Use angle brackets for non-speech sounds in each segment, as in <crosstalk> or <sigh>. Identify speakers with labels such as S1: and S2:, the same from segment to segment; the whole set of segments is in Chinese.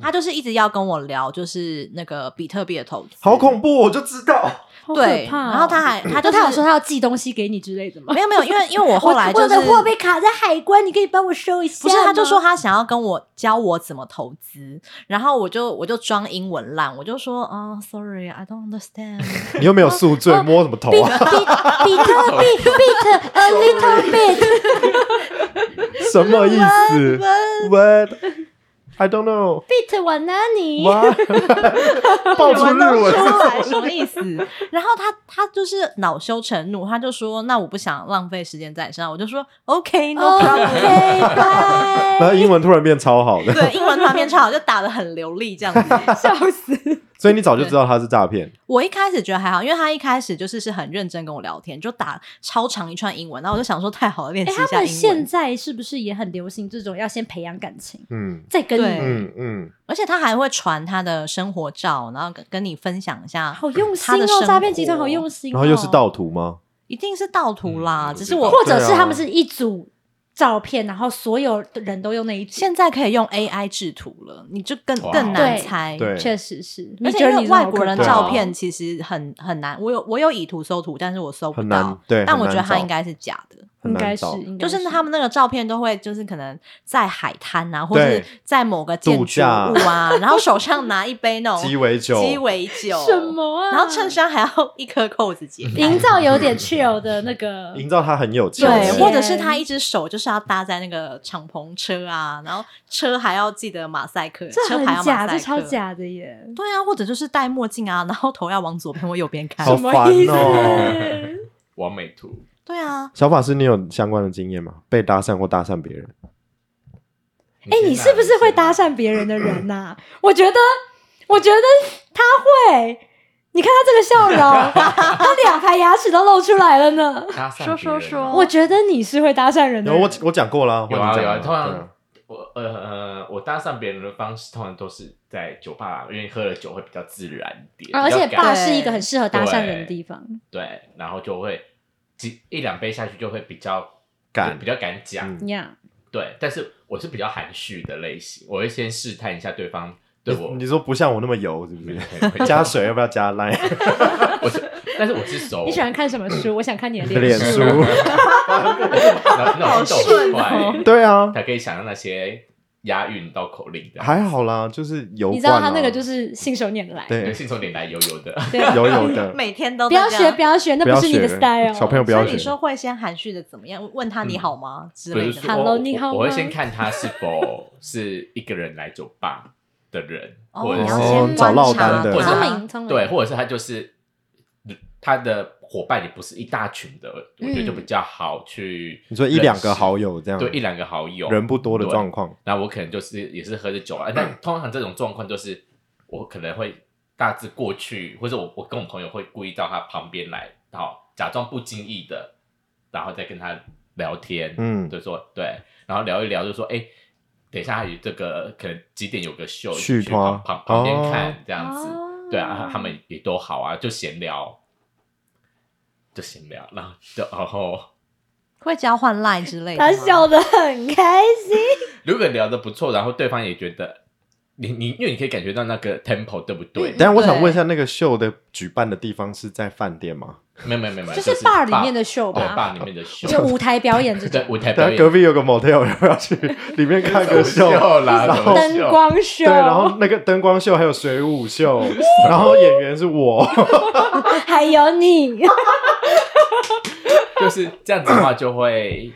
S1: 他就是一直要跟我聊，就是那个比特币的投资，
S2: 好恐怖，我嗯就知道。
S3: 好可
S1: 对，
S3: 怕哦
S1: 然后他还他
S3: 那
S1: 就是
S3: 他有说他要寄东西给你之类的吗？
S1: 没有没有，因为因为我后来就是
S3: <laughs> 我的货被卡在海关，你可以帮我收一下
S1: 不
S3: 吗。
S1: 是，他就
S3: <laughs>
S1: 说他想要跟我教我怎么投资，然后我就我就装英文烂，我就说啊、s o r r y i don't
S2: <laughs>
S1: understand 。
S2: <laughs> 你又没有宿醉，摸什
S1: <laughs>
S2: 么头
S3: 比比
S2: 啊？
S3: 比特
S2: <laughs>
S3: 币 bit a little bit， <laughs>
S2: 什么意思？What? I don't know.
S3: bit 我拿你。
S1: <laughs>
S2: What? 爆出日
S1: 我
S2: 文
S1: 出来什么意思？然后他他就是恼羞成怒，他就说那我不想浪费时间在你身上，我就说 OK no problem。<laughs>
S3: <laughs> OK，
S2: 然后
S3: 拜。
S2: 英文突然变超好的，
S1: 对，英文方面超好，就打的很流利这样子。
S3: 笑死！
S2: 所以你早就知道他是诈骗。
S1: 我一开始觉得还好，因为他一开始就是是很认真跟我聊天，就打超长一串英文，然后我就想说太好了，练习
S3: 哎，
S1: 一
S3: 他
S1: 下
S3: 们
S1: 英文
S3: 现。在是不是也很流行这种要先培养感情
S2: 嗯
S3: 再跟
S1: 对
S3: 你？
S2: 嗯嗯，
S1: 而且他还会传他的生活照，然后跟跟你分享一下，
S3: 好用
S1: 他
S3: 心
S1: 的生
S3: 哦，
S1: 活
S3: 诈骗集团好用心。哦
S2: 然后又是，盗图吗？
S1: 一定是盗图啦。
S4: 嗯
S1: 只是我
S3: 或者是
S2: 对啊
S3: 他们是一组照片，然后所有的人都用那一组。
S1: 现在可以用 AI 制图了，你就更
S4: 哇
S1: 更难
S3: 对
S1: 猜。
S2: 对
S3: 确实是，
S1: 而
S3: 你
S1: 且
S3: 觉
S1: 因
S3: 得
S1: 为
S3: 你
S1: 外国人
S2: 可怕
S3: 哦
S1: 照片其实很很难，我有我有以图搜图，但是我搜不
S2: 很难
S1: 到。，
S2: 对，
S1: 但我
S2: 很
S1: 觉
S2: 难
S1: 得他
S2: 找
S1: 应该是假的。
S2: 很
S3: 应该
S2: 难
S3: 是
S2: 找。，
S1: 就是他
S3: 们
S1: 们那个照片都会，就是可能在海滩啊，或是在某个建
S2: 度
S1: 筑
S2: 假
S1: 物啊，然后手
S3: <laughs>
S1: 上拿一杯那种
S2: 鸡尾酒，
S1: 鸡尾酒，
S3: 什么啊？嗯
S1: 然后衬衫还要一颗扣子解开。
S3: <laughs> 营造有点 chill 的那个，
S2: <laughs> 营造他很有钱，
S1: 对，
S3: 钱
S1: 或者是他一只手就是要搭在那个敞篷车啊，然后车还要记得马赛克，
S3: 这
S1: 车牌
S3: 很
S1: 要
S3: 假，
S1: 马赛
S3: 这
S1: 克，
S3: 超。假的耶！
S1: 对啊，或者就是戴墨镜啊，然后头要往左边或右边看
S2: 好。烦
S3: 意
S2: 哦。 <laughs>
S3: 思？
S4: 完美图，
S1: 对啊，
S2: 小法师，你有相关的经验吗？被搭讪或搭讪别人？
S3: 哎，你是不是会搭讪别人的人 <laughs> 呐？我觉得，我觉得他会。你看他这个
S2: <laughs>
S3: 笑容，他两排牙齿都露出来了呢。
S4: 搭讪别
S1: 说
S4: 人？
S1: 说说
S3: 我觉得你是会搭讪
S1: 嗯
S3: 人的
S2: 有
S3: 人。
S2: 我我讲过啦，
S4: 有
S2: 我
S4: 啊
S2: 讲
S4: 有啊，
S2: 了
S4: 通
S2: 对啊
S4: 常我呃呃，我搭讪别人的方式通常都是在酒吧，因为喝了酒会比较自然一点，
S3: 啊哦而且
S4: 比较
S3: 爸
S4: 敢
S3: 是一个很适合搭讪人的
S4: 对
S3: 地方。
S4: 对，然后就会几一两杯下去就会比较
S2: 敢
S4: 比较敢讲，
S2: 嗯
S3: 呀，
S4: 对。但是我是比较含蓄的类型，我会先试探一下对方对我
S2: 你你说不像我那么油，是不 <laughs> 是？
S4: 会
S2: 加水要不要加
S4: <laughs>
S2: line？
S4: 我是，但是我是熟，
S3: 你喜欢看什么书？我想看你的
S2: <laughs> 脸
S3: 书。
S2: 书，
S4: 脑脑
S1: 好
S4: 筋
S1: 顺
S4: 动
S1: 哦
S4: 快，
S2: 对啊，
S4: 才可以想到那些押韵到口令的，
S2: 还好啦，就是油罐啊。
S3: 你知道他那个就是信手拈来。
S4: 有
S2: 对
S4: 信手拈来，油油的。
S3: 对，
S2: 油油
S3: <laughs>
S2: 的，
S1: 每天都
S3: 不要
S1: 在这
S3: 学，
S1: 样
S3: 不要学，那
S2: 不要
S3: 不是你的
S2: 学
S3: style。
S2: 小朋友不要
S1: 所以你
S2: 学
S1: 说会先含蓄的怎么样？问
S3: 嗯
S1: 他你好吗之
S4: 比
S1: 类
S4: 如
S1: 的
S4: 说
S1: 吗。
S3: Hello，
S4: 我
S3: 你好
S4: 我会
S3: 吗
S4: 先看他是否是一个人来酒吧的人，
S1: 哦，
S4: 或者
S1: 你要
S4: 是
S1: 先
S2: 哦找落
S1: 观察
S2: 单的
S1: 他
S4: 或者
S3: 聪
S4: 是
S3: 明，聪明。
S4: 对，或者是他就是他的伙伴也不是一大群的，我觉得就比较好去。
S2: 你说一两个好，友这样，
S4: 对，一两个好友，
S2: 人不多的状况，
S4: 那我可能就是也是喝着酒啊，但通常这种状况就是我可能会大致过去，或者我我跟我朋友会故意到他旁边来，好假装不经意的，然后再跟他聊天，
S2: 嗯
S4: 就说对，然后聊一聊就说哎。等一下，有这个可能几点有个秀，
S2: 续
S4: 你去
S2: 团
S4: 旁旁旁边
S2: 哦
S4: 看这样子，
S3: 哦
S4: 对啊，他们也都好啊，就闲聊，就闲聊，然后就然后
S1: 会交换
S3: <laughs>
S1: line 之类的吗。
S3: 他笑得很开心。
S4: 如果聊得不错，然后对方也觉得你你，因为你可以感觉到那个 tempo 对不对？
S2: 等一下我想问一下，那个秀的举办的地方是在饭店吗？
S4: 没有没有没有没有，
S3: 就是 bar
S4: bar
S3: 里面的秀
S4: 对
S3: 吧，
S4: bar 里面的秀，
S3: 就舞台表演这
S4: <laughs> 对
S3: 种，
S4: 舞台
S2: 等
S4: 表
S2: 下
S4: 演，
S2: 隔壁有个 motel 要不要
S3: <laughs>
S2: 去里面看个秀？
S3: 啊
S4: 啦，
S2: <laughs> 然后
S4: 哦
S3: 灯光秀，
S2: 对，然后那个灯光秀还有水舞秀，
S3: <laughs>
S2: 然后演员是我， <laughs>
S3: 还有你，
S4: 就是这样子的话，就会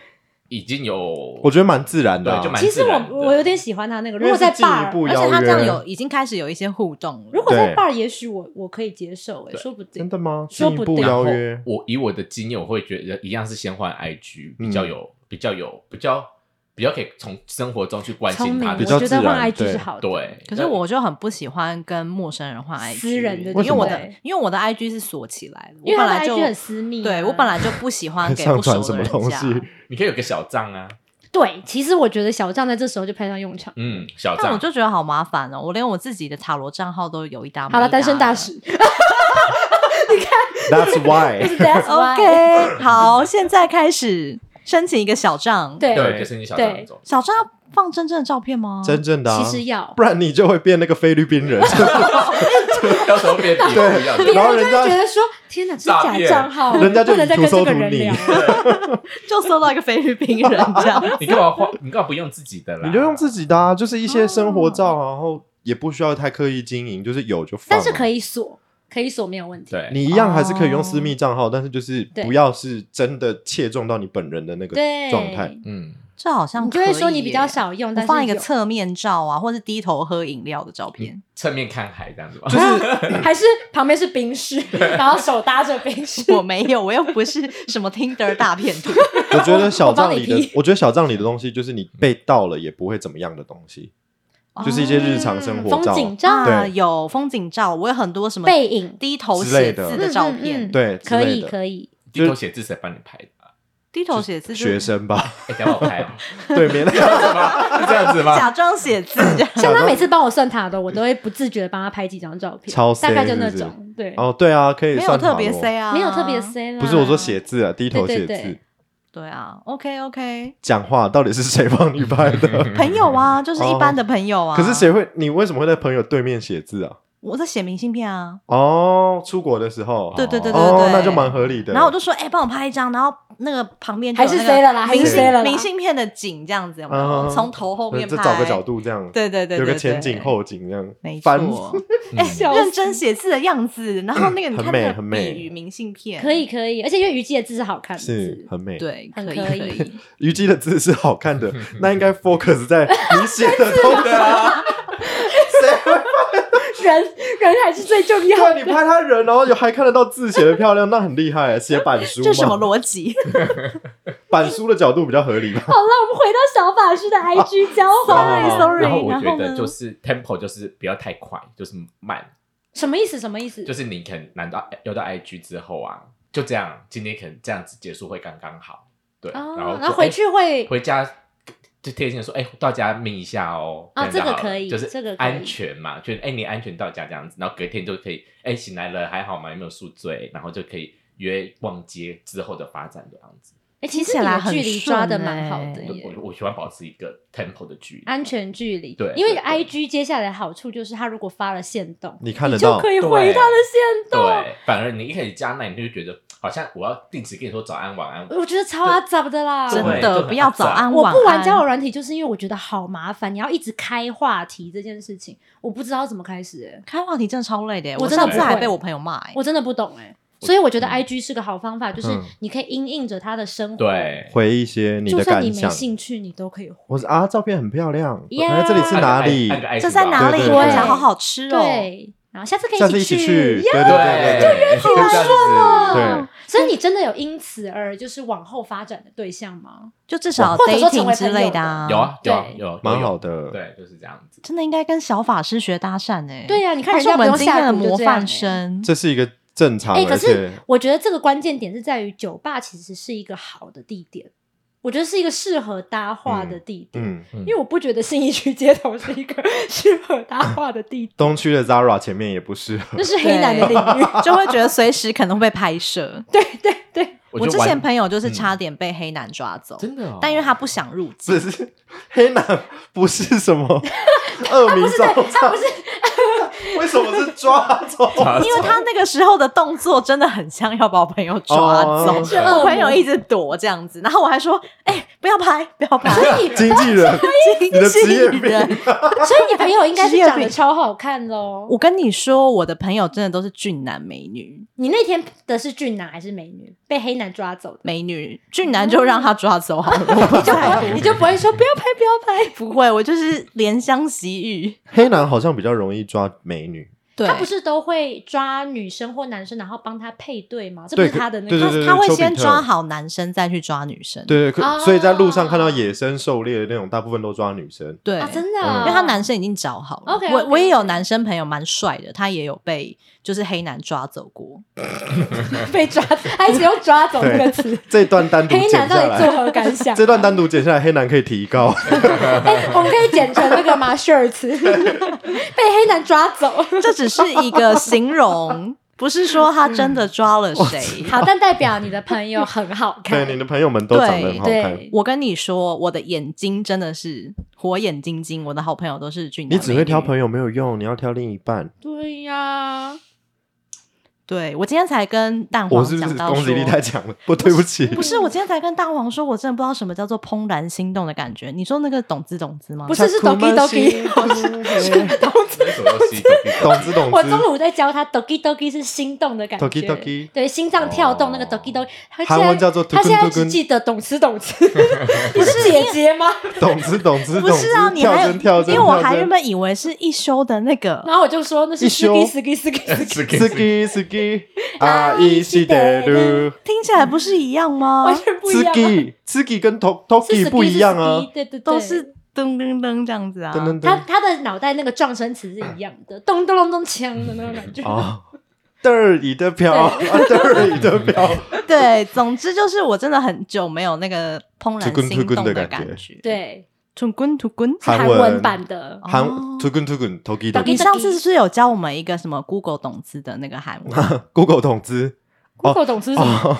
S4: 已经有
S2: 我觉得蛮自然的啊、
S4: 对就蛮
S3: 其实
S4: 自
S3: 我
S4: 然的
S3: 我有点喜欢他那个。
S2: 因
S3: 如
S2: 为
S3: 果在
S2: 是进一
S3: bar，
S2: 步
S1: 而
S2: 邀
S1: 且他这样有
S2: 约，
S1: 已经开始有一些互动了。
S3: 如果在
S2: 对
S3: bar，也许我我可以接受，哎，说不
S2: 真
S3: 定。
S2: 的吗？
S3: 说
S2: 进一
S3: 不定
S2: 步邀约，
S4: 我以我的经验，我会觉得一样是先换 IG
S2: 嗯
S4: 比较有、比较有比较比较可以从生活中去关
S3: 聪
S4: 心
S3: 明，
S4: 他
S3: 我
S4: 的
S2: 比较
S3: 觉得
S2: 自然
S3: 换 IG 是
S2: 对
S3: 好的。
S4: 对。
S1: 可是我就很不喜欢跟陌生人
S3: <laughs>
S1: 换 IG，
S3: 私人的
S1: 因为我的
S3: 为什么
S1: 因为我的 IG 是锁起来的，
S3: 因为
S1: 我
S3: 他
S1: 本来
S3: 的
S1: 就
S3: IG 很私密啊、
S1: 对我本来就不喜
S2: <laughs>
S1: 欢给
S2: 上
S1: 不熟
S2: 传什
S1: 的
S2: 么
S1: 人
S2: 东
S1: 加。
S2: 西？
S4: 你可以有个小账啊，
S3: 对，其实我觉得小账在这时候就派上用场。
S4: 嗯，小
S1: 但我
S4: 账
S1: 就觉得好麻烦哦，我连我自己的塔罗账号都有一搭没一搭的。
S3: 好了，单身大使，
S2: That's why。
S3: <laughs> That's <laughs> why。
S1: OK，好，现在开始申请一个小账。，
S3: 对，
S4: 对，就是你小张那种。
S1: 小账要放真正的照片吗？
S2: 真正的、啊，
S3: 哦其实 <laughs> 要
S2: <laughs> 不然你就会变那个菲律宾
S3: <laughs>
S2: 人。
S3: 啊
S4: 到时候变比不
S2: <laughs>
S4: 一样
S3: 别
S2: 然后
S3: 人
S2: 人
S3: 就
S2: 家
S3: 会觉得说：“天哪，这是
S4: 诈
S3: 假
S4: 骗
S3: 账号，
S2: <laughs> 人家就
S3: 不能再
S2: 以
S3: 跟
S2: 图搜
S3: 这个
S2: 图
S3: 人
S2: 你
S3: 聊。
S1: <laughs> 就搜到一个菲律宾人这样。
S3: <laughs>
S4: 你干嘛花？你干嘛不用自己的啦？
S2: 你就用自己的、啊，就是一些生活照，然后也不需要太刻意经营，就是有就”放。
S3: 但是可，以锁，可以锁没有问题。
S4: 对，
S2: 你一样还是可以用私密账号，但是就是不要是真的切中到你本人的那个
S3: 对，
S2: 状态。
S4: 嗯，
S1: 这好像
S3: 你就会
S1: 可以
S3: 说你比较
S1: 耶，
S3: 少用，
S1: 我
S3: 但是
S1: 放一个
S3: 有
S1: 侧面照啊，或是低头喝饮料的
S2: 嗯
S1: 照片。
S4: 侧面看海这样子吧。 <laughs>
S3: 还是旁边是冰室， <laughs> 然后手搭着冰室，
S1: 我没有，我又不是什么 Tinder 大片图。
S2: 我觉得小账里
S3: <laughs> 我帮
S2: 的
S3: 你，
S2: 我觉得小账里的东西就是你被盗了也不会怎么样的东
S3: <laughs>
S2: 西， <laughs> 就是一些日常生活
S3: 哦风
S2: 照。
S3: 景照、
S1: 哦啊，
S2: 对
S1: 有风景照，我有很多什么
S3: 背影
S1: 低头
S2: 之类
S1: 写
S2: 的
S1: 字的照片，
S3: 嗯嗯嗯
S2: 对之
S3: 可
S2: 类
S3: 以
S2: 的
S3: 可以，
S4: 低头写字谁帮你拍的啊？
S1: 低头写字就是
S2: 学生吧，
S3: <laughs>
S4: 哎，等一下我拍哦， <laughs>
S2: 对面
S4: 是吗？是这样子
S1: <laughs>
S4: 吗？
S1: 假装写字这样。
S3: 像他每次帮我算塔的，我都会不自觉的帮他拍几张照片
S2: 超，
S3: 大概
S2: C
S3: 就那
S2: 是不是
S3: 种对，
S2: 哦，对啊，可以
S1: 没有
S2: 算塔
S1: 特
S2: 罗
S1: 别 C 啊，
S3: 没有特别 C 啦。
S2: 不是我说写字啊，低头写
S3: 对对
S2: 字
S3: 对，
S1: 对啊，OK OK，
S2: 讲话到底是谁帮你拍
S3: <laughs>
S4: <laughs>
S2: 的？
S1: 朋友啊，就是一般的朋友啊。
S2: 嗯哦可是谁会？你为什么会在朋友对面写字啊？
S1: 我在写明信片啊，
S2: 哦，出国的时候，
S1: 对对对对
S2: 哦
S1: 对，，
S2: 那就蛮合理的。
S1: 然后我就说，哎，帮我拍一张，然后那个旁边就有
S3: 还是
S1: 那个
S3: C 了啦还是
S1: 明
S3: C 了
S1: 信
S3: 啦
S1: 明信片的景这样子，有没有？
S2: 啊
S1: 从头后面
S2: 再
S1: 拍，
S2: 找个角，度这样，
S1: 对对对，
S2: 有
S1: 对
S2: 个前景，后景这样
S1: 对没，
S2: 翻
S1: 错，
S4: 嗯
S1: 哎，
S3: 笑死
S1: 认真写字的样子，然后那个你看
S2: 很美
S1: 那个
S2: 很美
S1: 笔与明信片，
S3: 可以可以，而且因为虞姬的字是好看的
S2: 是
S3: 字，
S2: 很美。
S1: 对，
S3: 很
S1: 可以
S3: 可以
S1: 以。
S2: 虞姬的字是好看
S4: <laughs>
S2: 的，那应该 focus 在你写的东西。
S3: <laughs> 人人还是最重要
S2: 对，啊
S3: 的
S2: 你。拍他人，然后有还看得到字写的漂亮，那很厉害。啊写板
S1: <laughs>
S2: 书
S1: 这是什么
S2: 嘛，
S1: 逻辑？
S2: 板书的角度比较合理吧。
S3: 好了，我们回到小法师的 IG 交换
S2: 啊 Sorry，
S1: sorry
S4: 然后我觉
S1: 然后
S4: 得
S1: 呢
S4: 就是 tempo 就是不要太快，就是慢，
S3: 什么意思？什么意思？
S4: 就是你可能拿到有到 IG 之后啊，就这样，今天可能这样子结束会刚刚好，对，
S3: 哦
S4: 然后就
S3: 然后回去会
S4: 哎回家就贴心地说，哎，到家眯一下哦，
S3: 啊
S4: 样就好
S3: 这
S4: 了
S3: 个可以
S4: 就是
S3: 这个可以
S4: 安全嘛，就是哎你安全到家这样子，然后隔天就可以，哎醒来了还好吗？有没有宿醉？然后就可以约逛街之后的发展这样子，
S3: 哎，其
S1: 听
S3: 实
S1: 起
S3: 你
S1: 来
S3: 的
S1: 很
S3: 距离抓的
S1: 顺
S3: 蛮好
S1: 欸
S3: 的耶
S4: 我。我喜欢保持一个 tempo 的距离，
S3: 安全距离，
S4: 对
S3: 因为
S4: 对对
S3: I G 接下来的好处就是，它如果发了线动，
S2: 你看得
S3: 就
S2: 到，
S3: 可以回他的线动。
S4: 对，反而你一开始加那，你就会觉得好像我要定时跟你说早安晚安。
S3: 我觉得超阿杂的啦，
S4: 对
S1: 真
S4: 就
S1: 的
S4: 很
S1: 不要早安
S3: 我
S1: 晚
S3: 不玩
S1: 安。
S3: 交友软体，就是因为我觉得好麻烦，你要一直开话题这件事情，我不知道怎么开始、欸，
S1: 开话题真的超累的耶，
S3: 我
S1: 我
S3: 真的
S1: 上次
S4: 不
S1: 还
S3: 会
S1: 被我朋友骂耶。
S3: 我真的不懂哎、欸所以我觉得
S4: 嗯
S3: I G 是个好方法，就是
S2: 嗯
S3: 你可以因应着他的生活，，
S4: 对，
S2: 回一些你
S3: 就
S2: 的
S3: 算你
S2: 感
S3: 没
S2: 想。
S3: 兴趣，你都可以回。
S2: 我说啊，照片很漂亮，
S3: Yeah
S2: 哎这里是哪里？
S4: 按个爱
S1: 这在哪里？
S2: 对对
S1: 看
S2: 对
S1: 起来好好吃哦。
S3: 对，然后下次可以
S2: 下次一
S3: 起
S2: 起去，对
S3: 呀
S2: 对
S4: 对，
S2: 对对对，
S4: 就这样
S3: 哦
S4: 子。
S2: 对
S3: 所以你真的有因此而就是往后发展的对象吗？
S1: 就至少
S3: 或者说成
S1: dating
S3: 为
S1: 之类的啊。
S4: 有啊有啊
S3: 对
S4: 有有，
S2: 蛮好
S4: 有。
S2: 的。
S4: 对，就是这样子。
S1: 真的应该跟小法师学搭讪哎。
S3: 对呀、啊你看
S1: 他
S3: 人
S1: 是我
S3: 家不
S1: 们
S3: 用
S1: 今天
S3: 下
S1: 的
S3: 蛊
S1: 模
S3: 就这样
S1: 范
S3: 欸、
S1: 生。
S2: 这是一个正常，
S3: 哎、可
S2: 啊而
S3: 是
S2: 且
S3: 我觉得这个关键点是在于酒吧其实是一个好的地点，我觉得是一个适合搭话的地点。
S2: 嗯，
S3: 因为我不觉得信义区街头是一个 <laughs> 适合搭话的地
S2: <laughs>
S3: 点，
S2: 东区的 Zara 前面也不 <laughs> 适合
S3: 那。是黑男的领域。
S1: 就会觉得随时可能会被拍摄。
S3: 对对 <laughs> 对，
S1: 我
S4: 就
S1: 之
S4: 玩
S1: 前朋友就是差点被黑男抓走，
S4: 真的哦，
S1: 但因为他不想入
S2: 只
S1: 境，
S2: 是黑男不是什
S3: <laughs>
S2: 么恶名昭
S3: 他啊不
S2: 彰，
S3: 是
S2: 为什么是抓
S3: <laughs>
S2: 走？
S1: 因
S2: <laughs>
S1: 为他那个时候的动作真的很像要把我朋友抓走
S2: 哦，
S3: 是恶
S1: 我朋友
S3: 魔
S1: 一直躲这样子，然后我还说：“哎，不要拍， <laughs> 不要拍。”
S2: 经纪人，
S1: 经
S2: <laughs> 你的职业
S1: 纪
S2: 病
S1: 人，
S3: 所以你朋友应该是长
S1: 职业
S3: 得
S1: 病
S3: 超好看喽。
S1: 我跟你说，我的朋友真的都是俊男美女，
S3: 你那天的是俊男还是美女？被黑男抓走的，
S1: 美女俊男就让他抓走好了，我不
S3: 你就不
S1: 在
S3: 会
S1: 乎
S3: 你就不会说不要拍不要拍。
S1: <laughs> 不会，我就是怜香惜玉。
S2: 黑男好像比较容易抓美女，
S1: 对，
S3: 他不是都会抓女生或男生，然后帮他配对吗？这不
S2: 对
S3: 是
S2: 可
S3: 他的那
S2: 对
S3: 个
S2: 对
S1: 他
S2: 对
S1: 他会
S2: 丘比
S1: 先
S2: 特
S1: 抓好男生，再去抓女生。
S2: 对对，可
S3: 哦
S2: 所以在路上看到野生狩猎的那种，大部分都抓女生。
S1: 对
S3: 啊，真的哦、
S2: 嗯
S1: 因为他男生已经找好了。
S3: OK，OK，OK
S1: 我我也有男生朋友蛮帅的，他也有被就是黑男抓走过。
S3: 被抓，还只用抓走这个词。
S2: 这段单独
S3: 黑
S2: 剪
S3: 男
S2: 下
S3: 到底作
S2: 来，
S3: 何感想？
S2: <laughs> 这段单独剪下来，黑男可以提
S3: <laughs>
S2: 高。
S3: 哎、我们可以剪成那
S2: <laughs>
S3: 个吗？shirts 被黑男抓走，
S1: 这只是一个形容，不是说他真的抓了
S2: 嗯
S1: 谁。
S3: 好，啊但代表你的朋友很好看。
S2: 对，你的朋友们都长得很好看
S3: 对。
S1: 我跟你说，我的眼睛真的是火眼金睛，我的好朋友都是俊。
S2: 你只会挑朋友没有用，你要挑另一半。
S3: 对呀、 <laughs>
S1: 对我今天才跟
S3: 哦
S1: 蛋黄
S2: 我是不
S1: 讲
S2: 是
S1: 到
S2: 攻击力
S1: 说
S2: 太强了？不，对不起，
S1: 不是，我今天才跟大王说，我真的不知道什么叫做怦然心动的感觉。你说那个懂字懂字吗？
S3: 不是是 doki doki
S2: <laughs> 懂
S4: 那什么东 <laughs> 西？懂
S2: 之懂
S3: 我
S2: 之。
S3: 中午在教他 doki doki 是心动的感觉
S2: doki doki
S3: 对，心脏跳动那个
S4: 哦
S3: doki doki，他
S2: 韩
S3: 现
S2: 文
S3: 在
S2: 叫做 t
S3: 他
S2: u k
S3: 现
S2: u t
S3: 在
S2: u
S3: 只
S2: k
S3: 记得懂词懂
S2: <laughs>
S3: 词，你是姐姐吗？
S2: 懂之懂之
S1: 不
S2: 懂之
S1: 是啊，，你
S2: 跳
S1: 还有
S2: 针跳
S1: 因
S2: 针，
S1: 为我还原
S2: 认
S1: 本以为是一休的那个，
S3: 然后我就说那是
S2: 一休
S3: ski ski
S2: <laughs>
S3: ski ski，
S4: 是给
S2: 自己自己啊，一起得路，
S1: 听起来不是一样吗
S3: 完？全不一
S2: 自
S3: 样啊，
S2: 己自己跟 Tok Toki
S3: 是
S2: 不一样
S3: ski，
S2: 啊
S3: 是，ski，对对，对
S1: 都是噔噔噔这样子啊。
S2: 噔噔
S3: 他
S2: 噔
S3: 他的脑袋那个撞声词是一样
S2: 嗯
S3: 的，咚咚咚咚锵的那种感觉。
S2: 啊，嘚儿里的飘，啊嘚儿里的飘，
S1: 对，总之就是我真的很久没有那个怦然
S2: 突
S1: 心
S2: 滚突
S1: 动
S2: 滚的
S1: 的
S2: 感
S1: 感觉。，
S3: 对，
S1: 突滚突滚。
S3: 是韩
S2: 文
S3: 文版的，
S2: 韩
S1: 哦
S2: t u k u t u k u Toki <laughs>
S1: 你
S2: Toki
S1: 上次是不是有教我们一个什么 Google 懂词的那个韩文？
S2: <laughs> Google 统治
S3: Google 懂是什么
S2: 哦，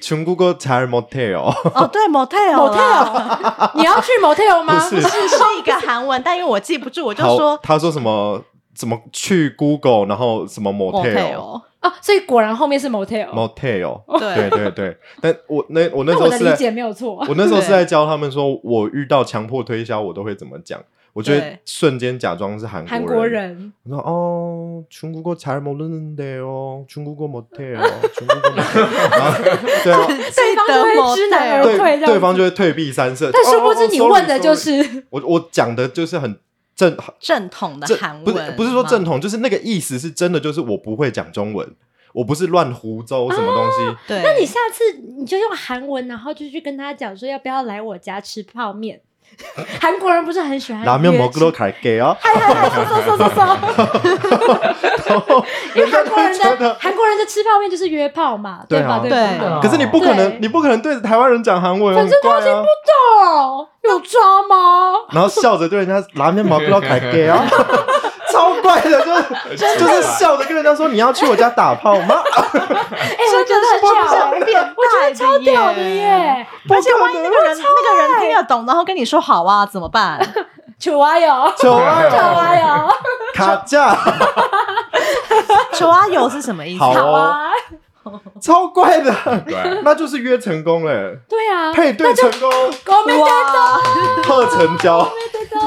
S2: 중국어잘못해요，
S1: 哦，对，motel 啦
S3: ？Motel，你要去
S2: <laughs>
S3: Motel 吗？
S2: 哦不是
S1: 是是一个韩文，但因为我记不住，我就
S2: 好
S1: 说，
S2: 他说什么？怎么去 Google，然后什么 motel
S1: motel。
S3: 哦，所以果然后面是 Motel。
S2: motel，对
S3: 哦
S1: 对，
S2: 对对，但我那我那时
S3: 那我
S2: 候
S3: 的
S2: 是
S3: 理
S2: 在
S3: 解没有错。
S2: 我那时候是在教他们说，我遇到强迫推销，我都会怎么讲。我就会
S1: 对
S2: 瞬间假装是韩
S3: 韩
S2: 国
S3: 国。人，
S2: 我说哦，중국어잘모르는데요，중국어못해요，중국어못해요 然
S3: <laughs>
S2: 后对啊，
S3: <laughs> 对方就会知难而退这样
S2: 对，
S3: 子。
S2: 对方就会退避三舍。
S3: 但
S2: 哦
S3: 殊不
S2: 哦
S3: 知你
S2: sorry，
S3: 问的就
S2: sorry
S3: 是
S2: 我，我讲的就是很正很
S1: 正统的
S2: 正
S1: 韩文
S2: 不是不是说
S1: 吗
S2: 正统，就是那个意思是真的，就是我不会讲中文，我不是乱胡诌什么东西。
S1: 对，
S3: 那你下次你就用韩文，然后就去跟他讲说要不要来我家吃泡面。韩国人不是很喜欢
S2: 拉面
S3: 约
S2: 먹으러
S3: 吃
S2: 갈게요，
S3: 嗨嗨嗨，嗖嗖嗖嗖嗖！因为
S2: 人家
S3: 韩
S2: 都
S3: 国人
S2: 会觉
S3: 的
S2: 得。
S3: 韩国人的吃泡面就是约炮嘛，
S2: 对
S3: 吧？
S2: 啊
S3: 对
S1: 对
S3: 吧？
S2: 可是你不可能
S3: 对，
S2: 你不可能对着台湾人讲韩文，
S3: 哦
S2: 啊
S3: 反正
S2: 他听不
S3: 哦，有抓 <laughs> 吗？
S2: 然后笑着对人家拿面毛不要凯 gay
S3: <laughs>
S2: 啊，超怪的，就是就是笑着跟人家说你要去我家打炮吗？
S3: 哎，我觉得
S1: 真的是
S3: 很屌，我觉得超屌的耶！
S1: 而且万一那个人那个人
S3: 哎
S1: 听得懂，然后跟你说好啊，怎么
S3: <laughs>
S1: 办？
S3: 求啊哟，
S2: 求爱
S3: 求
S2: 哦，
S3: 啊哟，
S2: 卡架，
S1: 求啊有是什么意思？
S2: 好
S3: 好
S2: 哦，
S3: 啊，
S2: 超怪的，
S4: 对啊，
S2: 那就是约成功了，
S3: 对啊，
S2: 配对成功，
S3: 我们
S1: 哇，
S2: 特成交，
S3: 对的。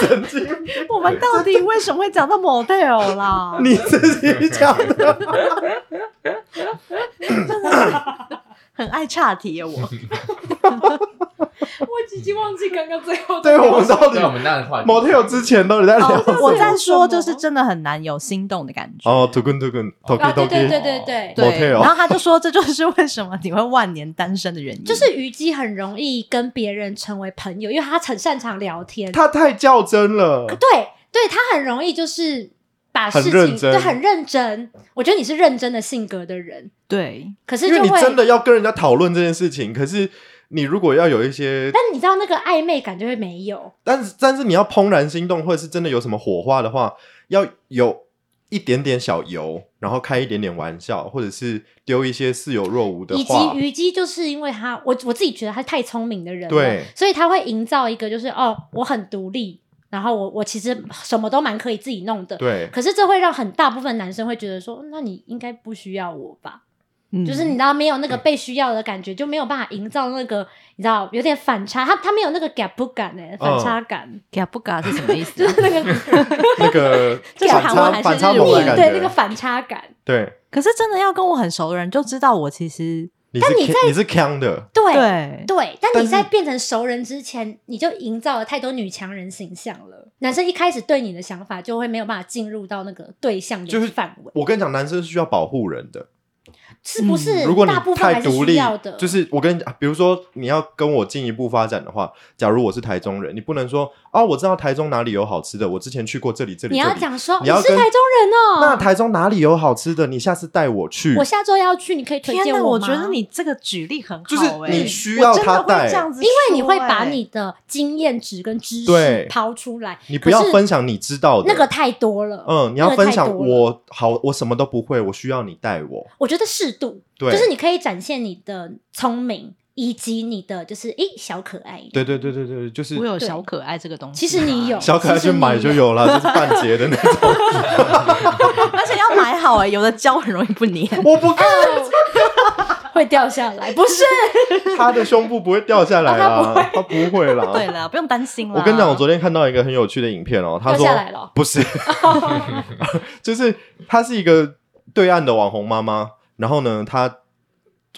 S2: 神经病，
S1: 我们到底为什么会讲到 motel 啦？
S2: 你自己讲的，
S1: 很爱岔题耶，
S3: <laughs>
S1: 我
S3: 哦我已经忘记刚刚最后
S2: 对我们到底
S4: 对我们那样的话题
S2: motel 之前到底在聊
S3: 哦
S1: 我在说就是真的很难有心动的感觉。
S2: 哦，to gun to gun t o k
S3: 啊，
S2: i t o
S3: 对
S2: k
S3: 对
S2: i
S3: 对对对，
S1: 对
S2: motel
S1: 然后他就说这就是为什么你会万年单身的原因，
S3: 就是虞姬很容易跟别人成为朋友，因为她很擅长聊天。
S2: 他太较真了，
S3: 对对，她很容易就是把事
S2: 很
S3: 情
S2: 认真
S3: 对很认真。我觉得你是认真的性格的人，
S1: 对，
S3: 可是
S2: 因为
S3: 就
S2: 你
S3: 会，
S2: 真的要跟人家讨论这件事情，可是你如果要有一些，
S3: 但你知道那个暧昧感就会没有。
S2: 但是但是你要怦然心动，或者是真的有什么火花的话，要有一点点小油，然后开一点点玩笑，或者是丢一些似有若无的
S3: 以及
S2: 话，
S3: 虞姬就是因为她，我我自己觉得她太聪明的人了，
S2: 对
S3: 所以她会营造一个就是哦，我很独立，然后我我其实什么都蛮可以自己弄的。
S2: 对，
S3: 可是这会让很大部分男生会觉得说，那你应该不需要我吧？
S1: 嗯
S3: 就是你知道没有那个被需要的感觉，就没有办法营造那个你知道有点反差，他他没有那个 gap 感哎、
S2: 嗯
S3: 反差感，
S1: 嘎不嘎是什么意思
S3: <laughs> 就
S1: 啊？
S3: 是那个
S2: 那
S3: <laughs>
S2: 个
S1: 这是
S2: 反
S1: 韩文还是
S2: 差反差
S1: 日
S2: 萌
S1: 文
S2: 的感
S3: 对那 <laughs>
S2: 觉，
S3: 个反差感，
S2: 对，
S1: <laughs> 可是真的要跟我很熟的人就知道我其实
S2: 你是
S3: 你
S2: can- 你是强的，
S3: 对
S1: 对
S3: 对但
S2: 但
S3: 你
S2: 是
S3: 在变成熟人之前，你就营造了太多女强人形象了，男生一开始对你的想法就会没有办法进入到那个对象
S2: 就
S3: 的
S2: 是
S3: 范围。
S2: 我跟你讲，男生是需要保护人的，
S3: 是不
S2: 嗯
S3: 是？
S2: 如果你
S3: 大部分
S2: 太
S3: 还是
S2: 独
S3: 需
S2: 立
S3: 要的，，
S2: 就是我跟你讲，比如说你要跟我进一步发展的话，假如我是台中人，你不能说哦，我知道台中哪里有好吃的，我之前去过这里这里。
S3: 你要
S2: 这里
S3: 讲说
S2: 你要
S3: 你是
S2: 跟
S3: 台中人哦，
S2: 那台中哪里有好吃的？你下次带我去。
S3: 我下周要去，你可以推
S1: 天
S3: 荐
S1: 哪，
S3: 我
S1: 我
S3: 吗
S1: 觉得你这个举例很好、
S2: 就是
S1: 欸，
S2: 你需要
S1: 我真的
S2: 他
S1: 会
S2: 带
S1: 这样子、欸
S3: 因为你会把你的经验值跟知识
S2: 对
S3: 抛出来，
S2: 你不要
S3: 可是
S2: 分享你知道的
S3: 那个太多了。
S2: 嗯，你要
S3: 那个
S2: 分
S3: 太
S2: 享
S3: 多了
S2: 我好，我什么都不会，我需要你带我。
S3: 我觉得适度，
S2: 对
S3: 就是你可以展现你的聪明以及你的就是诶小可爱。
S2: 对对对对对，就是
S1: 我有
S3: 对
S1: 小可爱这个东西，
S3: 其实你
S2: <laughs>
S3: 有，
S2: 小可爱
S3: 其实
S2: 去
S3: 你
S2: 买就有了，就是半截的那
S3: <laughs>
S2: 种。
S1: 而且要买好哎、有的胶很容易不粘。
S2: 我不看
S3: 会掉下来，不是？
S2: 他的胸部不会掉下来
S3: 啊
S2: 啦，他不会啦。
S1: <laughs> 对了，不用担心啦。
S2: 我跟你讲，我昨天看到一个很有趣的影片哦，他
S3: 掉
S2: 说
S3: 下来了
S2: 不是， <laughs> 就是她是一个对岸的网红妈妈，然后呢，她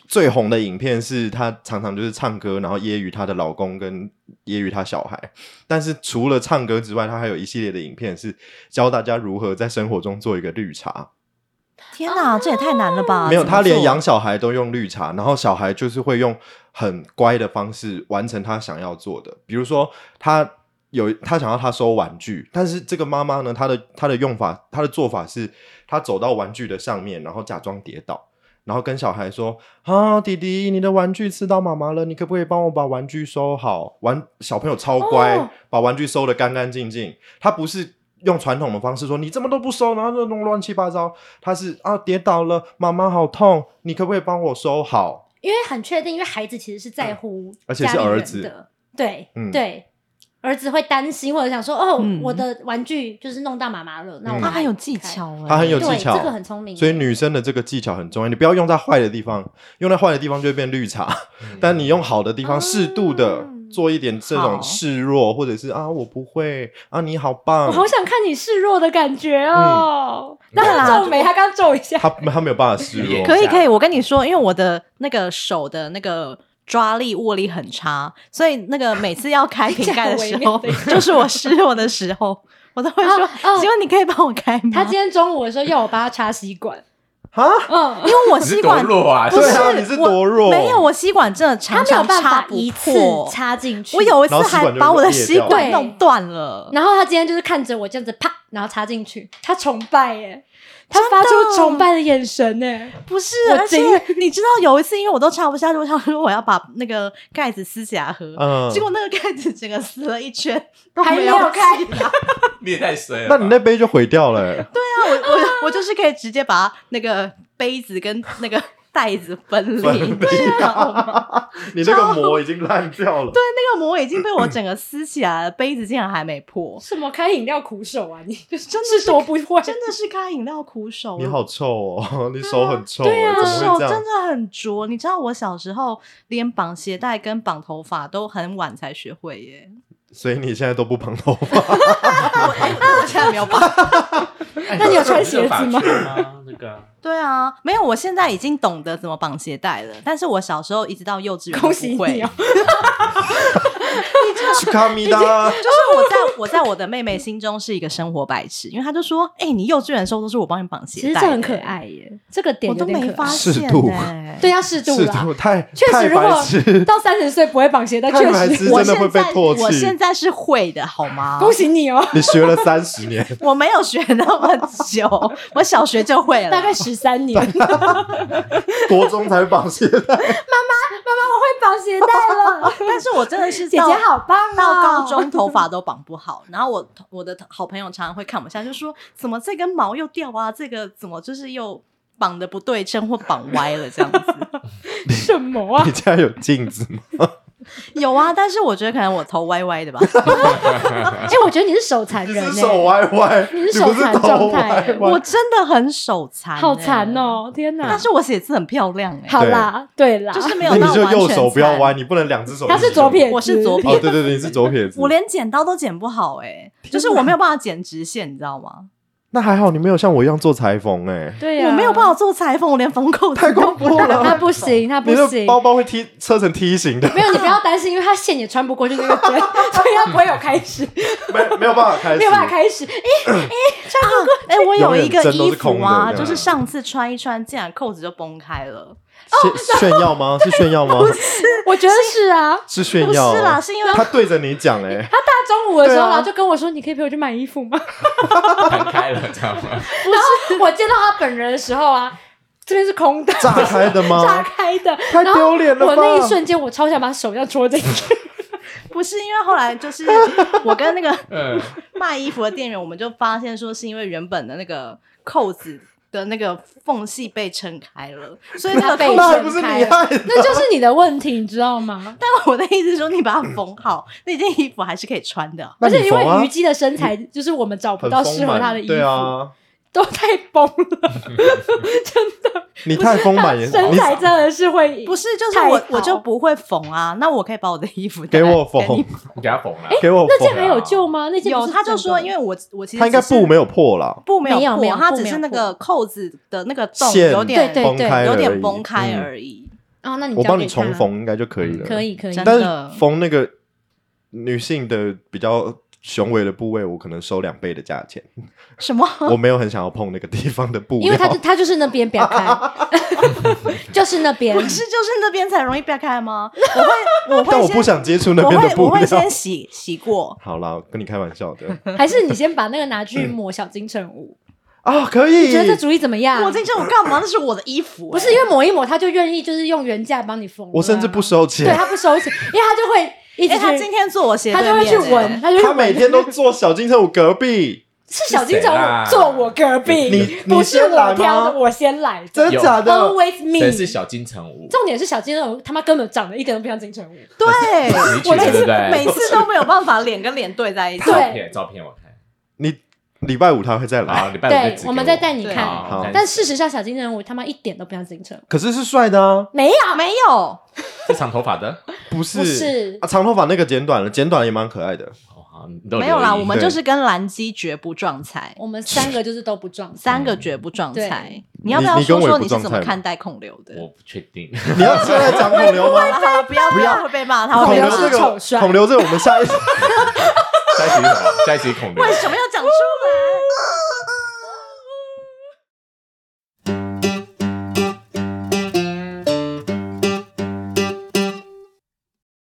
S2: 最红的影片是她常常就是唱歌，然后揶揄她的老公跟揶揄她小孩。但是除了唱歌之外，她还有一系列的影片是教大家如何在生活中做一个绿茶。
S1: 天哪，这也太难了吧？
S2: 没有，
S1: 啊怎么
S2: 他连
S1: 做
S2: 养小孩都用绿茶，然后小孩就是会用很乖的方式完成他想要做的。比如说，他有他想要他收玩具，但是这个妈妈呢，她的她的用法，她的做法是，她走到玩具的上面，然后假装跌倒，然后跟小孩说：“啊，弟弟，你的玩具吃到妈妈了，你可不可以帮我把玩具收好？”玩小朋友超乖，
S3: 哦
S2: 把玩具收的干干净净。他不是用传统的方式说你这么都不收，然后就弄乱七八糟。他是啊，跌倒了，妈妈好痛，你可不可以帮我收好？
S3: 因为很确定，因为孩子其实是在乎
S2: 而且是
S3: 家里人
S2: 儿子
S3: 的，对、
S2: 嗯
S3: 对，儿子会担心或者想说，哦，
S1: 嗯
S3: 我的玩具就是弄到妈妈了，那我
S2: 嗯
S1: 他
S3: 把它
S1: 很有
S3: 移
S1: 技
S3: 开，
S1: 巧哎、
S2: 他很有
S3: 对
S2: 技巧
S3: 这个很聪明，
S2: 所以女生的这个技巧很重要，你不要用在坏的地方，用在坏的地方就会变绿茶。
S4: 嗯
S2: 但你用好的地
S3: 哦
S2: 方，适度的
S3: 嗯
S2: 做一点这
S1: 好
S2: 种示弱，或者是啊我不会啊你好棒
S3: 我，好想看你示弱的感觉哦。
S2: 嗯
S3: 那
S1: 对啦
S3: 他皱眉，他刚皱一下，
S2: 他他没有办法示弱，
S1: 可以可以，我跟你说，因为我的那个手的那个抓力握力很差，所以那个每次要开 <laughs> 瓶盖的时
S3: 这样
S1: 候
S3: 微妙的，
S1: 就是我哦失落的时候，我都会说
S3: 啊啊：“
S1: 请问你可以帮我开吗
S3: 他今天中午的时候要我帮他插吸管，
S2: 啊，
S3: <laughs> 嗯，
S1: 因为我
S4: 你是
S1: 吸
S4: 多
S1: 管
S4: 弱啊！
S1: 不
S2: 对
S1: 是
S2: 啊，你是
S1: 我
S2: 多弱，
S1: 没有，我吸管真的常
S3: 他没有
S1: 常
S3: 办
S1: 插
S3: 法
S1: 不
S3: 一次
S1: 破。
S3: 插进去。
S1: 我有一次
S2: 然后吸
S1: 还
S2: 管就
S1: 把我的
S2: 裂
S1: 吸
S2: 掉
S1: 管
S3: 对
S1: 弄断了。
S3: 然后他今天就是看着我这样子啪，然后插进去，他崇拜耶，他
S1: 真的
S3: 发出崇拜的眼神耶，
S1: 不是，
S3: 我
S1: 而且 <laughs> 你知道有一次，因为我都插不下去，我想说我要把那个盖子撕起来喝，
S2: 嗯
S1: 结果那个盖子整个撕了一圈，都
S3: 还没
S1: 有
S3: 有开
S1: 起来
S4: <laughs> 你也太衰了吧。
S2: 那你那杯就毁掉了、欸。
S3: 啊
S1: 我我我就是可以直接把那个杯子跟那个袋子分离，啊
S2: 分离
S1: 你知道吗
S2: 你那个膜已经烂掉了。
S3: 啊
S2: 对，
S1: 那个膜已经被我整个撕起来了，杯子竟然还没破，
S3: 什么开饮料苦手啊，你 <laughs> 真的是多不会，
S1: 真的是开饮料苦手。
S2: 你好臭哦，你手很臭、
S3: 啊对
S2: 欸，
S3: 啊
S1: 我的
S2: 怎么
S1: 手
S2: 会这
S1: 哦真
S2: 样？
S1: 的很拙，你知道我小时候连绑鞋带跟绑头发都很晚才学会耶。
S2: 所以你现在都不绑
S3: <laughs>
S2: 头发，
S1: 我哎我现在没有绑。 <laughs>
S4: 哎
S3: 那你有穿鞋子吗
S4: 吗？那个啊 <laughs>
S1: 对啊，没有，我现在已经懂得怎么绑鞋带了，但是我小时候一直到幼稚园都
S3: 恭喜
S1: 不会
S3: 你哦，
S2: 去卡米达。
S1: 就是我在我在我的妹妹心中是一个生活白痴，因为她就说：“哎、你幼稚园的时候都是我帮你绑
S3: 其
S1: 鞋
S3: 实
S1: 带，欸
S3: 这很可，爱耶，这个点
S1: 我
S3: 有
S1: 都
S3: 点
S1: 没
S3: 可
S1: 发
S3: 爱，
S1: 现、
S2: 适
S1: 欸。”
S2: 度
S3: <laughs> 对，要适度
S2: 是
S3: 啦。
S2: 度太
S3: 确实
S2: 太
S3: 如果
S2: 白痴，
S3: 到三十岁不会绑鞋带，
S2: 太
S3: 确
S2: 白
S3: 实
S2: 痴
S1: 我
S2: 真的会被
S1: 现在
S2: 唾弃
S1: 我现在是会的，好吗？
S3: 恭喜你哦，
S2: 你学了三十年，
S3: <laughs>
S1: 我没有学那么久，我小学就会了，
S3: 大概十三年，妈妈
S2: 国中才绑鞋带。
S3: 我会绑鞋带 <laughs> 了，
S1: 但是我真的是
S3: 姐姐
S1: 到
S3: 好棒
S1: <laughs>
S3: 哦。
S1: 到高中头发都绑不好，然后我我的好朋友常常会看我一下，就说怎么这根毛又掉啊，这个怎么就是又绑的不对称或绑歪了这样子。 <laughs>
S3: 什么啊
S2: 你？家有镜子吗？
S1: 有啊，但是我觉得可能我头歪歪的
S2: <laughs>
S1: 吧，
S3: <laughs> 哎，我觉得你是手 <laughs> 残
S2: 你
S3: 人欸
S2: 是
S3: 耶，
S2: 手歪歪，
S3: 你
S2: 你
S3: 是
S2: 不
S3: 手残
S2: 是头
S3: 状态
S2: 歪
S3: 耶
S1: 我
S2: 歪。
S1: 真的很手残、
S2: 欸
S1: 欸
S3: 好残。哦，天哪
S1: 但！是我写字很漂亮哎、
S3: 好啦，对啦，
S1: 就是没有
S2: 那
S1: 到
S2: 你就
S1: 完
S2: 右
S1: 全
S2: 手不要
S1: 残
S2: 歪，，你不能两只手。
S3: 他是左撇子，
S1: 我是左撇
S2: 哦，对
S3: <laughs>
S2: 对对，你是左撇子。
S1: 欸我连剪刀都剪不好哎、就是我没有办法剪直线，你知道吗？
S2: 那还好你没有像我一样做裁缝哎，
S3: 对啊呀、
S1: 我没有办法做裁缝，我连缝口
S2: 太
S1: 子都
S2: 恐 <laughs> 怖了，
S3: 他不行，他不
S2: 你的
S3: 行。
S2: 包包会踢车成梯形的，
S3: 没有，你不要担心，因为他线也穿不过去那个 <laughs> 针，所以他不会有开始，
S2: 没没有办法开始，
S3: 没有办法开始。哎，
S1: 哎、我有一个
S2: 永远针都
S1: 衣
S2: 是空
S1: 服
S2: 的
S1: 啊，
S2: 这
S1: 就
S2: 样
S1: 是上次穿一穿，竟然扣子就崩开了。
S2: 炫炫耀吗？
S3: <laughs>
S2: 是炫耀吗？
S3: 我觉得哦是啊，
S2: 是炫
S1: 不
S2: 耀哦，
S1: 是啦，是因为
S2: 他对着你讲哎，
S3: 大中午的时候，
S2: 对啊
S3: 然后就跟我说：“你可以陪我去买衣服吗
S4: 弹开了这样吗？？”
S3: 我见到他本人的时候啊，这边是空的，
S2: 炸开的吗？
S3: 炸开的，
S2: 哦太丢脸了吧
S3: 然后我那一瞬间，我超想把手要戳进 <laughs> 去。
S1: 不是因为后来就是我跟那个
S4: 嗯，
S1: 卖衣服的店员，我们就发现说是因为原本的那个扣子的那个缝隙被撑开了，所以那个
S3: 被
S1: 扣
S2: 那
S1: 子。
S2: 还不是你害的？
S3: 那就是你的问题，你知道吗？
S1: 但我的意思是说，你把它缝好，那件衣服还是可以穿的。
S2: 那
S3: 而
S2: 你
S3: 且因
S2: 缝啊
S3: 为虞姬的身材，就是我们找不
S2: 很
S3: 到
S2: 丰
S3: 适合
S2: 满
S3: 她的衣服，
S2: 对啊，
S3: 都太崩了，
S2: 你太丰满也，
S3: 身
S2: 你
S3: 材真的是会
S1: 不是，就是
S3: 太
S1: 我
S3: 好
S1: 我就不会缝啊，那我可以把我的衣服带
S2: 给
S1: 来
S2: 我缝
S1: 给你
S4: 你给他缝了。
S2: 给我
S3: 哎那这
S2: 缝啊
S3: 样，还 <laughs> 有救吗？那件不
S1: 有，
S3: 是
S1: 他就
S3: 整
S1: 说，
S3: 个
S1: 因为我我其实
S2: 他应该
S1: 只是
S2: 布没有破啦，
S1: 布没
S3: 没有没有
S1: 破，它
S3: 布
S1: 只
S3: 没
S1: 是
S3: 有
S1: 那个扣子的那个洞
S2: 线
S1: 有点
S3: 对对
S2: 崩开了
S1: 有
S2: 而
S1: 点
S2: 已
S1: 崩开
S2: 嗯
S1: 而已。
S3: 啊，那你
S2: 我
S3: 交
S2: 帮
S3: 给
S2: 你重
S3: 他，
S2: 缝应该就可以了，
S3: 可以可以
S1: 真，的
S2: 但是缝那个女性的比较雄伟的部位，我可能收两倍的价钱。
S1: 什么？
S3: <laughs>
S2: 我没有很想要碰那个地方的布料，
S3: 因为他就他就是那边不要开，就是那边
S1: 不。是就是那边才容易掰开
S3: <laughs>
S1: 吗？我会我会
S2: <laughs> 但我
S1: 先
S2: 不想接触那
S1: 我
S2: 边的
S1: 会我
S2: 布
S1: 会先
S2: 料。
S1: 洗洗过，
S2: 好啦，跟你开玩笑的
S3: 还是你先把那个拿去抹小金城武，
S2: 啊，可以。
S3: 你觉得这主意怎么样？
S1: 我进去我干嘛？那是我的衣服、
S3: 啊
S1: 哎
S3: 不是因为抹一抹，他就愿意就是用原价帮你缝了啊，
S2: 我甚至不收钱
S3: 对，他不收钱，因为他就会一直
S1: 哎、他
S3: 去
S1: 今天坐我斜
S3: 他
S1: 对
S3: 就
S1: 面
S3: 会去
S1: 欸
S3: 闻，，他就会
S2: 他每天都坐小金城武隔
S3: <laughs>
S2: 壁，
S3: 是小金城
S4: 是谁啦
S3: 武坐我隔壁，
S2: 你你
S3: 不是
S2: 先来
S3: 我挑的，
S2: 吗
S3: 我先来的。
S2: 真假的？
S3: Always
S4: 谁
S3: me。
S4: 是小金城武？
S3: 重点是小金城武他妈根本长得一点都不像金城武，
S1: 对，
S4: 你去
S1: 我
S4: 对
S1: 每
S4: 不
S1: 次
S4: 对
S1: 每次都没有办法脸跟脸对在一起。
S3: 对
S4: 照片照片我看，
S2: 你礼拜五他会再
S4: 好，
S2: 来，
S4: 礼拜五再
S3: 对
S4: 指，给啊
S3: 我们再带你
S1: 对
S3: 看。
S4: 好，
S3: 但
S4: 但
S3: 事实上，小金城武他妈一点都不像金城武，
S2: 可是是帅的啊，
S3: 没有，
S1: 没有，
S4: 是长头发的，
S2: 不
S3: 不是
S2: 啊，长头发那个剪短了，剪短了也蛮可爱的。
S4: 哦好，你都有
S1: 没有啦，
S4: 留意
S1: 我们
S2: 对
S1: 就是跟蓝姬绝不撞彩，
S3: 我们三个就是都不撞衫。
S1: 三个绝不撞彩
S3: 对。
S1: 你要不要
S2: 嗯你你
S1: 说
S2: 跟我也
S1: 说你
S2: 不
S1: 是
S2: 撞
S1: 怎
S2: 菜
S1: 么
S2: 吗
S1: 看待控流的？
S4: 我不确定，
S2: 你要现在讲孔刘
S3: <laughs>
S2: 吗？
S1: 啊不要
S2: 不
S1: 不
S2: 要
S1: 要会被骂，他
S2: 孔
S1: 会被
S2: 刘
S3: 哦孔刘
S1: 骂
S3: 是
S2: 这个
S3: 丑，帅
S2: 孔刘这个我们下一次
S4: 下一集是什么？下一集是孔刘
S1: 为什么要讲出来？